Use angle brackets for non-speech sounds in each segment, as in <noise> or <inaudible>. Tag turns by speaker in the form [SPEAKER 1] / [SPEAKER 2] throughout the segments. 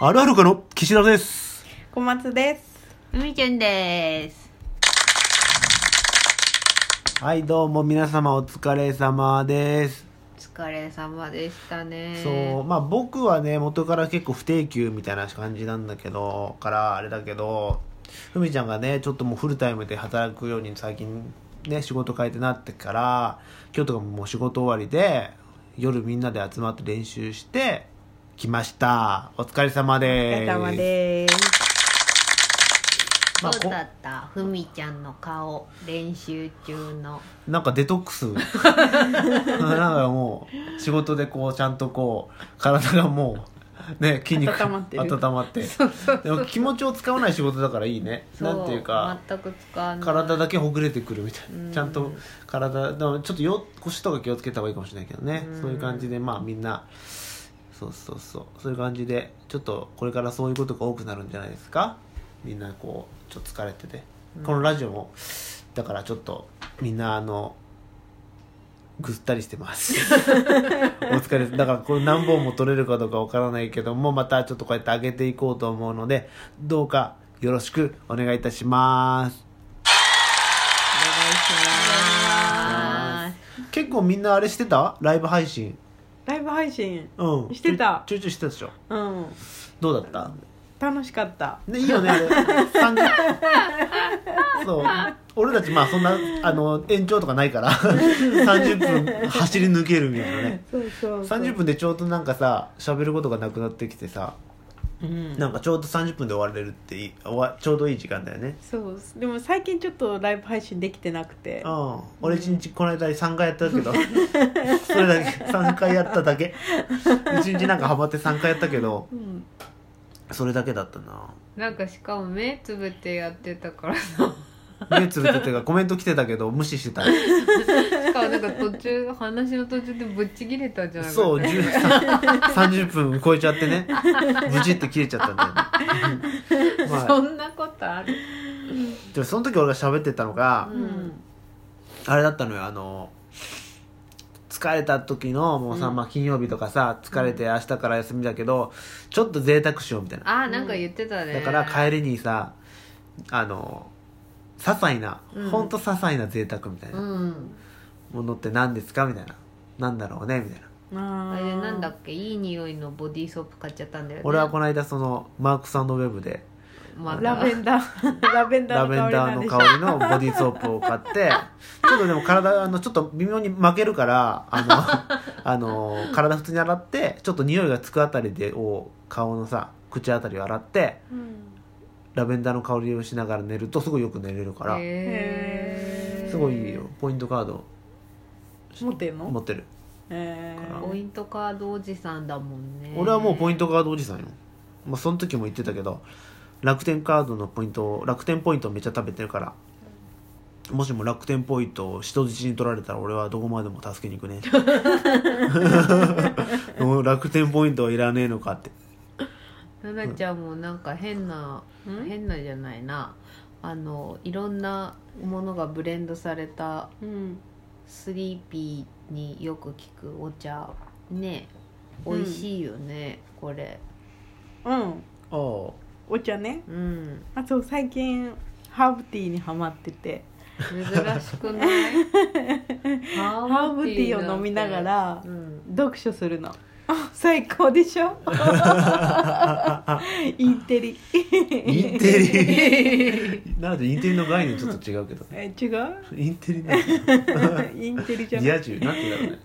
[SPEAKER 1] あるあるかの岸田です。
[SPEAKER 2] 小松です。
[SPEAKER 3] 海きゅんです。
[SPEAKER 1] はい、どうも皆様お疲れ様です。
[SPEAKER 3] お疲れ様でしたね。
[SPEAKER 1] そう、まあ僕はね、元から結構不定休みたいな感じなんだけど、からあれだけど、ふみちゃんがね、ちょっともうフルタイムで働くように最近ね、仕事変えてなってから、今日とかもう仕事終わりで、夜みんなで集まって練習して、来ました。お疲れ様
[SPEAKER 2] お疲
[SPEAKER 1] です。
[SPEAKER 2] れ様です。
[SPEAKER 1] まあ
[SPEAKER 3] どうだったふみちゃんの顔、練習中の。
[SPEAKER 1] なんかデトックスなんかもう仕事でこうちゃんとこう体がもうね筋肉
[SPEAKER 2] 温まってる
[SPEAKER 1] 温ま
[SPEAKER 2] <laughs>
[SPEAKER 1] ってでも気持ちを使わない仕事だからいいねなんていうか
[SPEAKER 3] 全く使わない。
[SPEAKER 1] 体だけほぐれてくるみたい
[SPEAKER 3] うん
[SPEAKER 1] なちゃんと体でもちょっとよ腰とか気をつけた方がいいかもしれないけどね
[SPEAKER 3] うん
[SPEAKER 1] そういう感じでまあみんなそうそうそうそういう感じでちょっとこれからそういうことが多くなるんじゃないですかみんなこうちょっと疲れてて、このラジオもだからちょっとみんなあのぐったりしてます
[SPEAKER 3] <laughs>
[SPEAKER 1] お疲れだからこれ何本も取れるかどうかわからないけどもまたちょっとこうやって上げていこうと思うのでどうかよろしくお願いいたします
[SPEAKER 3] お願いします。
[SPEAKER 1] 結構みんなあれしてたライブ配信
[SPEAKER 2] ライブ配信、
[SPEAKER 1] うん
[SPEAKER 2] してた
[SPEAKER 1] ちょちょいちょいしてたでしょ
[SPEAKER 2] うん、
[SPEAKER 1] どうだった
[SPEAKER 2] 楽しかった。
[SPEAKER 1] ねいいよねあれ30そう俺たちまあそんなあの延長とかないから30分走り抜けるみたいなね
[SPEAKER 2] そうそうそう。
[SPEAKER 1] 30分でちょうどなんかさ喋ることがなくなってきてさ
[SPEAKER 2] うん。
[SPEAKER 1] なんかちょうど30分で終われるっていい終わちょうどいい時間だよね
[SPEAKER 2] そう、でも最近ちょっとライブ配信できてなくて
[SPEAKER 1] う。ん俺一日この間3回やったけど <laughs> それだけ3回やっただけ一日なんかハマって3回やったけど
[SPEAKER 2] うん。
[SPEAKER 1] それだけだったな
[SPEAKER 3] なんかしかも目つぶってやってたか
[SPEAKER 1] <laughs>
[SPEAKER 3] らさ。
[SPEAKER 1] 目つぶっててかコメント来てたけど無視して
[SPEAKER 2] <laughs>
[SPEAKER 1] た
[SPEAKER 3] しかもなんか途中、話の途中でぶっちぎれたじゃん。
[SPEAKER 1] そう13 30分超えちゃってね無事って切れちゃったんだよね、
[SPEAKER 3] そ
[SPEAKER 1] まあ、
[SPEAKER 3] んなことある
[SPEAKER 1] でもその時俺が喋ってたのが
[SPEAKER 2] う、ん。
[SPEAKER 1] あれだったのよあの疲れた時のもうさ、
[SPEAKER 2] うん
[SPEAKER 1] まあ、金曜日とかさ疲れて明日から休みだけどちょっと贅沢しようみたいな
[SPEAKER 3] あー、なんか言ってたね。
[SPEAKER 1] だから帰りにさあの些細な、
[SPEAKER 3] うん
[SPEAKER 1] ほんと些細な贅沢みたいな
[SPEAKER 3] うん。
[SPEAKER 1] ものって何ですかみたいななんだろうねみたいな
[SPEAKER 2] あ
[SPEAKER 3] あれ
[SPEAKER 2] ー
[SPEAKER 3] なんだっけいい匂いのボディーソープ買っちゃったんだよね
[SPEAKER 1] 俺はこの間そのマークスウェブで
[SPEAKER 3] まだ
[SPEAKER 2] ラベンダ <laughs> ー。ラベンダ
[SPEAKER 1] ラ
[SPEAKER 2] ー
[SPEAKER 1] ベ
[SPEAKER 2] の香
[SPEAKER 1] ン
[SPEAKER 2] り
[SPEAKER 1] ダ
[SPEAKER 2] な
[SPEAKER 1] ー
[SPEAKER 2] ん
[SPEAKER 1] の
[SPEAKER 2] で
[SPEAKER 1] 香り
[SPEAKER 2] しょ。
[SPEAKER 1] のボディーソープを買ってちょっとでも体あのちょっと微妙に負けるからあのあの体普通に洗ってちょっと匂いがつくあたりでを顔のさ口あたりを洗って
[SPEAKER 2] うん
[SPEAKER 1] ラベンダーの香りをしながら寝るとすごいよく寝れるから
[SPEAKER 3] へー
[SPEAKER 1] すごいいいよポイントカード
[SPEAKER 2] 持ってん
[SPEAKER 1] 持
[SPEAKER 2] の。
[SPEAKER 1] ってる
[SPEAKER 2] え
[SPEAKER 1] から
[SPEAKER 3] ポイントカードおじさんだもんね
[SPEAKER 1] 俺はもうポイ
[SPEAKER 3] ン
[SPEAKER 1] ントカードおじさんよ、まあ、その時も言ってたけど楽天カードのポイントを楽天ポイントをめっちゃ食べてるからもしも楽天ポイントを人質に取られたら俺はどこまでも助けに行くねもう楽天ポイントはいらねえのかって
[SPEAKER 3] トななちゃんもなんか変な、
[SPEAKER 2] うん
[SPEAKER 3] 変なじゃないなあのいろんなものがブレンドされた
[SPEAKER 2] うん。
[SPEAKER 3] スリーピーによく効くお茶ね美味しいよね、これ
[SPEAKER 2] うん。
[SPEAKER 1] ああ
[SPEAKER 2] お茶ね。
[SPEAKER 3] うん
[SPEAKER 2] あと最近ハーブティーにハマってて。
[SPEAKER 3] 珍しくない
[SPEAKER 2] <laughs> ハ
[SPEAKER 3] ハ
[SPEAKER 2] ーブティーを飲みながら
[SPEAKER 3] うん
[SPEAKER 2] 読書するの。 <laughs> あ最高で
[SPEAKER 1] <laughs>
[SPEAKER 2] しょインテリ。
[SPEAKER 1] インテリなんでインテリの概念ちょっと違うけど
[SPEAKER 2] え違う <laughs>
[SPEAKER 1] インテリなんだ <laughs>
[SPEAKER 2] インテリじゃ
[SPEAKER 1] リ
[SPEAKER 2] ない
[SPEAKER 1] ア充なんて言うんだろうね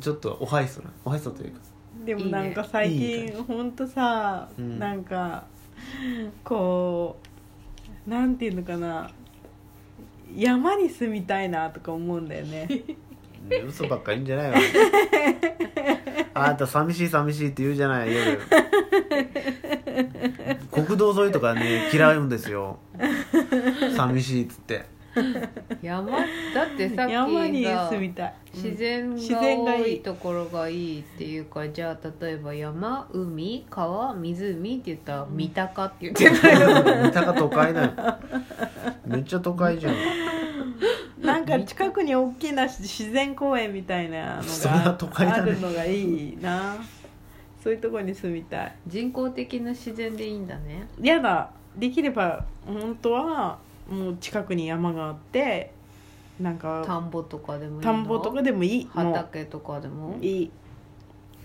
[SPEAKER 1] ちょっとおはいそなおはいそというか
[SPEAKER 2] でもなんか最
[SPEAKER 1] いいね
[SPEAKER 2] 近ほんとさ
[SPEAKER 1] うん
[SPEAKER 2] なんかこうなんていうのかな山に住みたいなとか思うんだよね
[SPEAKER 1] ね嘘ばっかり言うんじゃないわあんた寂しい寂しいって言うじゃない夜国道沿いとかね嫌うんですよ寂しいっつって
[SPEAKER 3] 山だってさっきが
[SPEAKER 2] 山に住みたい
[SPEAKER 3] 自然
[SPEAKER 2] 自然
[SPEAKER 3] が
[SPEAKER 2] が
[SPEAKER 3] 多
[SPEAKER 2] いい
[SPEAKER 3] いところがいいっていうかじゃあ例えば山海川湖って言ったら三鷹って言ってたよ
[SPEAKER 1] 三鷹都会だよめっちゃ都会じゃん
[SPEAKER 2] なんか近くに大きな自然公園みたいなの
[SPEAKER 1] そんな都会
[SPEAKER 2] が
[SPEAKER 1] だ
[SPEAKER 2] あ
[SPEAKER 1] ね
[SPEAKER 2] るのがいいなそういうとこに住みたい
[SPEAKER 3] 人工的な自然でいいんだね
[SPEAKER 2] やだできれば本当はもう近くに山があってなん
[SPEAKER 3] 田
[SPEAKER 2] か
[SPEAKER 3] んぼとかでもいいの
[SPEAKER 2] 田んぼとかでもいいも
[SPEAKER 3] 畑とかでも
[SPEAKER 2] ういい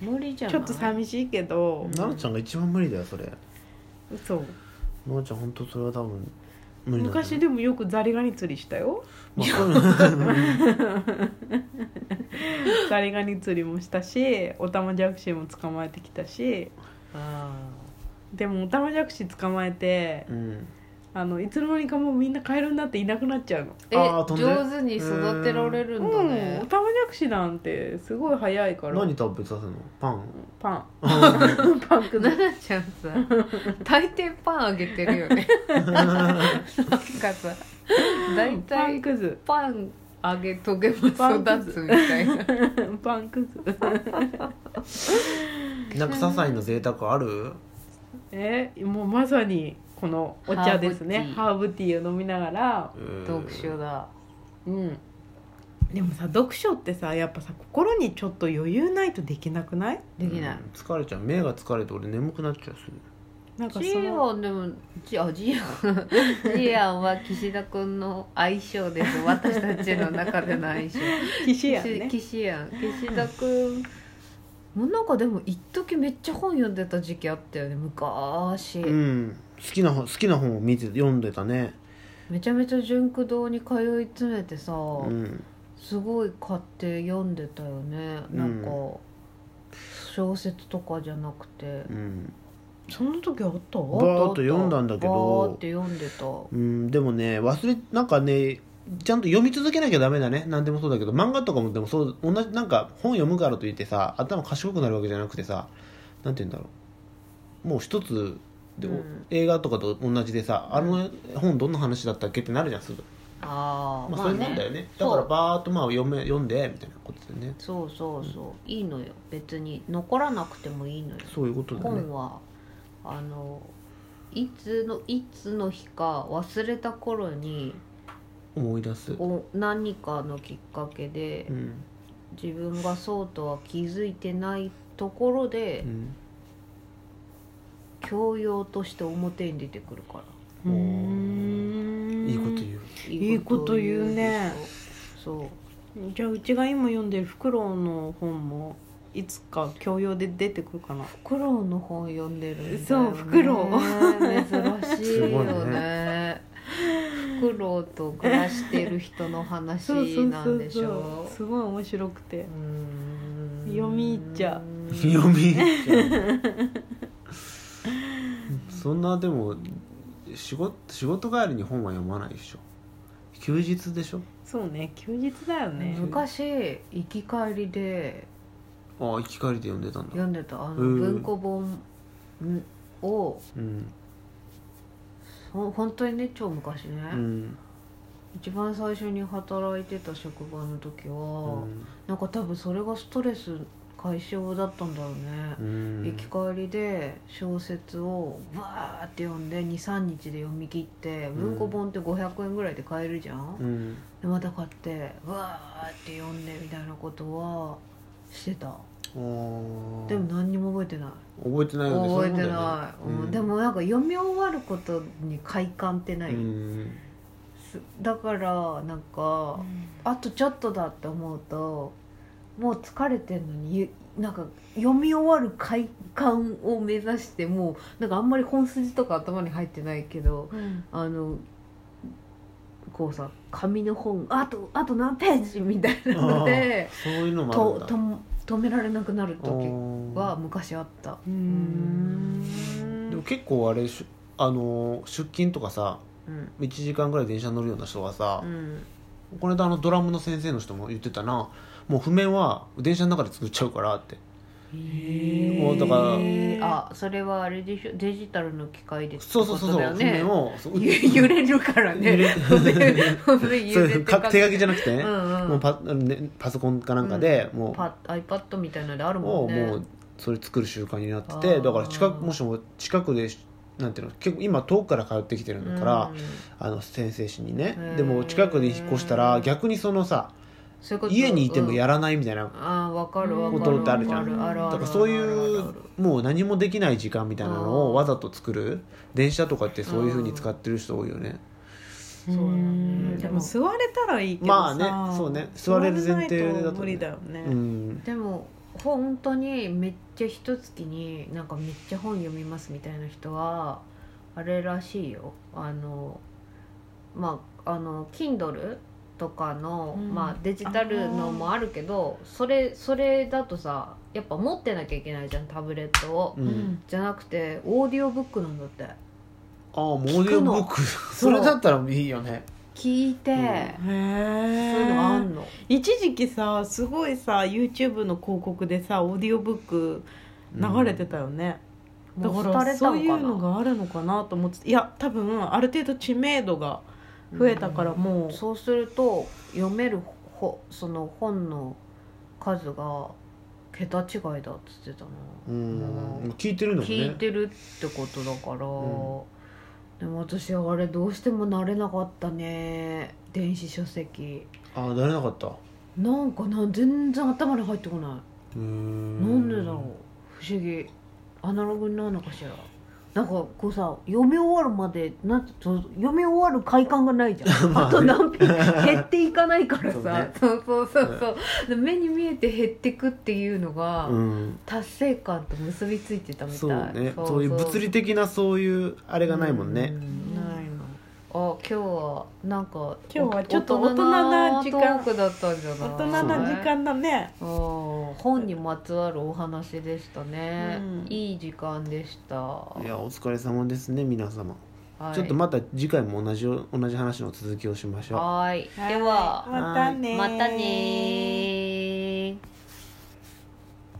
[SPEAKER 3] 無理じゃ
[SPEAKER 2] ち
[SPEAKER 3] ない
[SPEAKER 2] ょっと寂しいけど
[SPEAKER 1] 奈々ちゃんが一番無理だよそれ奈
[SPEAKER 2] 嘘
[SPEAKER 1] 々ちゃん本当それは多分無理なんだ
[SPEAKER 2] 昔でもよくザリガニ釣りしたよ
[SPEAKER 1] まあそういうの
[SPEAKER 2] ザリガニ釣りもしたしオタマジャクシも捕まえてきたし
[SPEAKER 3] あ
[SPEAKER 2] でもオタマジャクシ捕まえて
[SPEAKER 1] うん
[SPEAKER 2] あのいつの間にかもうみんなカエルになっていなくなっちゃうの
[SPEAKER 3] ーえ
[SPEAKER 1] あー飛んで
[SPEAKER 3] 上手に育てられるんだ
[SPEAKER 2] うん
[SPEAKER 3] ね
[SPEAKER 2] オタマジャクシなんてすごい早いから
[SPEAKER 1] 何食べさせるのパン
[SPEAKER 2] パン <laughs> パン崩
[SPEAKER 3] 奈
[SPEAKER 2] れ
[SPEAKER 3] 々ちゃんさ大抵パンあげてるよねなんかさ大
[SPEAKER 2] <laughs> パン
[SPEAKER 3] 体
[SPEAKER 2] くず <laughs>
[SPEAKER 3] パンあげとげば育つみたい <laughs> な
[SPEAKER 2] パンくず
[SPEAKER 1] なんか些細な贅沢ある
[SPEAKER 2] えもうまさにこのお茶ですね
[SPEAKER 3] ハ
[SPEAKER 2] ハーブティーを飲みながら
[SPEAKER 1] うん
[SPEAKER 3] 読書だ
[SPEAKER 2] うんでもさ読書ってさやっぱさ心にちょっと余裕ないとできなくない
[SPEAKER 3] できない
[SPEAKER 1] うん疲れちゃう目が疲れて俺眠くなっちゃうすぐ
[SPEAKER 2] なんか
[SPEAKER 3] ジ
[SPEAKER 2] そ
[SPEAKER 3] ー
[SPEAKER 2] の
[SPEAKER 3] アンでもジあジーアンジーアンは岸田君の相性です私たちの中での相性
[SPEAKER 2] 岸やね
[SPEAKER 3] 岸岸やん岸田君もうなんかでも一時めっちゃ本読んでた時期あったよね昔、
[SPEAKER 1] うん好きな本好きな本を見て読んでたね
[SPEAKER 3] めちゃめちゃ純駆堂に通い詰めてさ、
[SPEAKER 1] うん
[SPEAKER 3] すごい買って読んでたよねなんか、
[SPEAKER 1] う
[SPEAKER 3] 小説とかじゃなくて
[SPEAKER 1] うん
[SPEAKER 2] その時あった
[SPEAKER 1] バーッと読んだんだけど
[SPEAKER 3] バーって読んでた
[SPEAKER 1] うんでもね忘れなんかねちゃんと読み続けなきゃダメだね何でもそうだけど漫画とかもでもそう同じなんか本読むからといってさ頭賢くなるわけじゃなくてさなんて言うんだろうもう一つで、
[SPEAKER 3] うん
[SPEAKER 1] 映画とかと同じでさあの本どんな話だったっけってなるじゃんすぐ、
[SPEAKER 3] あー
[SPEAKER 1] まあ、そういうもんだよね,、だからバーッとまあ読め読んでみたいなことでね
[SPEAKER 3] そうそうそういいのよ別に残らなくてもいいのよ
[SPEAKER 1] そういうことだね
[SPEAKER 3] 本はあのいつのいつの日か忘れた頃に
[SPEAKER 1] 思い出す
[SPEAKER 3] お何かのきっかけで
[SPEAKER 1] うん
[SPEAKER 3] 自分がそうとは気づいてないところで
[SPEAKER 1] うん
[SPEAKER 3] 教養として表に出てくるから
[SPEAKER 2] うーん
[SPEAKER 1] いいこと言う
[SPEAKER 2] いいこと言うね
[SPEAKER 3] いいこと言うでしょそう
[SPEAKER 2] じゃあうちが今読んでるフクロウの本もいつか教養で出てくるかな
[SPEAKER 3] フクロウの本読んでるんだよね
[SPEAKER 2] そうフクロ
[SPEAKER 3] 珍しいよねフクロウと暮らしてる人の話なんでしょ
[SPEAKER 2] すごい面白くて
[SPEAKER 3] うーん
[SPEAKER 2] 読み入っちゃ
[SPEAKER 1] 読み <laughs> そんなでも仕事仕事帰りに本は読まないでしょ休日でしょ
[SPEAKER 2] そうね休日だよね
[SPEAKER 3] 昔行き帰りで
[SPEAKER 1] ああ行き帰りで読んでたんだ
[SPEAKER 3] 読んでたあの
[SPEAKER 1] うん
[SPEAKER 3] 文庫本を
[SPEAKER 1] うん、
[SPEAKER 3] ほ本当にね超昔ね、
[SPEAKER 1] うん
[SPEAKER 3] 一番最初に働いてた職場の時
[SPEAKER 1] う
[SPEAKER 3] は、
[SPEAKER 1] ん
[SPEAKER 3] なんか多分それがストレス解消だったんだろうね、
[SPEAKER 1] うん
[SPEAKER 3] 行き帰りで小説をバーって読んで23日で読み切って
[SPEAKER 1] ん
[SPEAKER 3] 文庫本って500円ぐらいで買えるじゃん、
[SPEAKER 1] うん
[SPEAKER 3] でまた買ってバーって読んでみたいなことはしてた
[SPEAKER 1] あー
[SPEAKER 3] でも何にも覚えてない
[SPEAKER 1] 覚えてないよね
[SPEAKER 3] 覚えて
[SPEAKER 1] そううもんだよね
[SPEAKER 3] ない、うん
[SPEAKER 1] うん
[SPEAKER 3] でもなんか読み終わることに快感ってない、
[SPEAKER 1] うん
[SPEAKER 3] すだからなんか、あとちょっとだって思うともう疲れてんのにゆなんか読み終わる快感を目指してもうなんかあんまり本筋とか頭に入ってないけど
[SPEAKER 2] うん
[SPEAKER 3] あのこうさ紙の本あとあと何ページみたいなので
[SPEAKER 1] そういうのもある
[SPEAKER 3] と
[SPEAKER 1] んだ
[SPEAKER 3] と止められなくなる時は
[SPEAKER 1] は
[SPEAKER 3] 昔あった
[SPEAKER 2] うー
[SPEAKER 1] でも
[SPEAKER 2] ん
[SPEAKER 1] 結構あれしゅあのー出勤とかさ
[SPEAKER 3] うん、
[SPEAKER 1] 1時間ぐらい電車乗るような人はさ、
[SPEAKER 3] うん、
[SPEAKER 1] この間あのドラムの先生の人も言ってたなもう譜面は電車の中で作っちゃうからって
[SPEAKER 2] ー
[SPEAKER 1] もうだから
[SPEAKER 3] あそれはあれでしょデジタルの機械でって
[SPEAKER 1] そうそうそう
[SPEAKER 3] こと
[SPEAKER 1] そう、
[SPEAKER 3] だよ
[SPEAKER 1] 譜面をそう
[SPEAKER 3] ゆ <laughs> 揺れるからね
[SPEAKER 1] 揺れそ
[SPEAKER 3] 揺
[SPEAKER 1] う
[SPEAKER 3] れて
[SPEAKER 1] か
[SPEAKER 3] <laughs>
[SPEAKER 1] 手書きじゃなくてね、
[SPEAKER 3] うんうん
[SPEAKER 1] もうパねパソコンかなんかで、もう
[SPEAKER 3] パ iPad みたいなのあるも
[SPEAKER 1] を
[SPEAKER 3] んね
[SPEAKER 1] もうそれ作る習慣になって
[SPEAKER 3] あ
[SPEAKER 1] て
[SPEAKER 3] ー
[SPEAKER 1] だから近くもしも近くでなんていうの結構今遠くから通ってきてるんだから、
[SPEAKER 3] うん
[SPEAKER 1] あの先生氏にね
[SPEAKER 3] へー
[SPEAKER 1] でも近くで引っ越したら逆にそのさ
[SPEAKER 3] そういうこと
[SPEAKER 1] 家にいてもや
[SPEAKER 3] ら、
[SPEAKER 1] らないみたいな、
[SPEAKER 3] うんあーわかるわかる
[SPEAKER 1] ことってあるじゃん
[SPEAKER 3] わかるあるあるある
[SPEAKER 1] だからそうい
[SPEAKER 3] あるあ
[SPEAKER 1] う
[SPEAKER 3] る
[SPEAKER 1] もう何もできない時間みたいなのをわざと作る電車とかってそういうふうに使ってる人多いよね
[SPEAKER 3] そうだね
[SPEAKER 2] んでも座れたらいいけどさ
[SPEAKER 1] まあねそうね座れる前提だとね
[SPEAKER 2] 座らない無理だよね、
[SPEAKER 1] うん
[SPEAKER 3] でも本当にめっちゃ一月になんかめっちゃ本読みますみたいな人はあれらしいよあのまああの Kindle とかの、
[SPEAKER 2] うん
[SPEAKER 3] まあ、デジタルのもあるけどそれそれだとさやっぱ持ってなきゃいけないじゃんタブレットを、
[SPEAKER 1] うん、
[SPEAKER 3] じゃなくてオーディオブックなんだって
[SPEAKER 1] ああもうオーディオブックそれだったらいいよね
[SPEAKER 3] 聞いて、
[SPEAKER 1] ん
[SPEAKER 2] へ
[SPEAKER 3] そう
[SPEAKER 2] え
[SPEAKER 3] いうのあんの、
[SPEAKER 2] 一時期さすごいさ YouTube の広告でさオーディオブック流れてたよね、だ
[SPEAKER 3] もう
[SPEAKER 2] か
[SPEAKER 3] 廃
[SPEAKER 2] ら
[SPEAKER 3] れた
[SPEAKER 2] そう
[SPEAKER 3] の
[SPEAKER 2] い
[SPEAKER 3] か
[SPEAKER 2] うの
[SPEAKER 3] な
[SPEAKER 2] があるのかなと思っていや多分ある程度知名度が増えたから
[SPEAKER 3] うん
[SPEAKER 2] もう、
[SPEAKER 3] そうすると読めるほその本の数が桁違いだっつってたな、
[SPEAKER 1] うん
[SPEAKER 3] うん
[SPEAKER 1] 聞いてるのもね
[SPEAKER 3] 聞いてるってことだから、
[SPEAKER 1] う
[SPEAKER 3] でも私あれどうしても慣れなかったね電子書籍
[SPEAKER 1] ああなれなかったう
[SPEAKER 3] なんかな全然頭に入ってこな
[SPEAKER 1] ー
[SPEAKER 3] い、
[SPEAKER 1] ん
[SPEAKER 3] なんでだろう不思議アナログになるのかしらなんかこうさ読み終わるまでなんてそう読み終わる快感がないじゃん <laughs> あと何ページ減っていかないからさ
[SPEAKER 1] そ
[SPEAKER 3] そうう,、
[SPEAKER 1] ね
[SPEAKER 3] そうそうそうで目に見えて減ってくっていうのが、
[SPEAKER 1] うん
[SPEAKER 3] 達成感と結びついてたみたい
[SPEAKER 1] そうねそういう物理的なそういうあれがないもんね
[SPEAKER 3] う
[SPEAKER 2] ないの
[SPEAKER 3] あ今日はなんか
[SPEAKER 2] 今日はちょっと
[SPEAKER 3] お
[SPEAKER 2] 大人な時間
[SPEAKER 3] トークだったんじゃない
[SPEAKER 2] 大人な時間だね
[SPEAKER 3] うん本にまつわるお話でしたね、
[SPEAKER 2] うん
[SPEAKER 3] いい時間でした
[SPEAKER 1] いやお疲れ様ですね皆様、
[SPEAKER 3] はい
[SPEAKER 1] ちょっとまた次回も同じ同じ話の続きをしましょう
[SPEAKER 3] はいでは
[SPEAKER 2] またね
[SPEAKER 3] またねー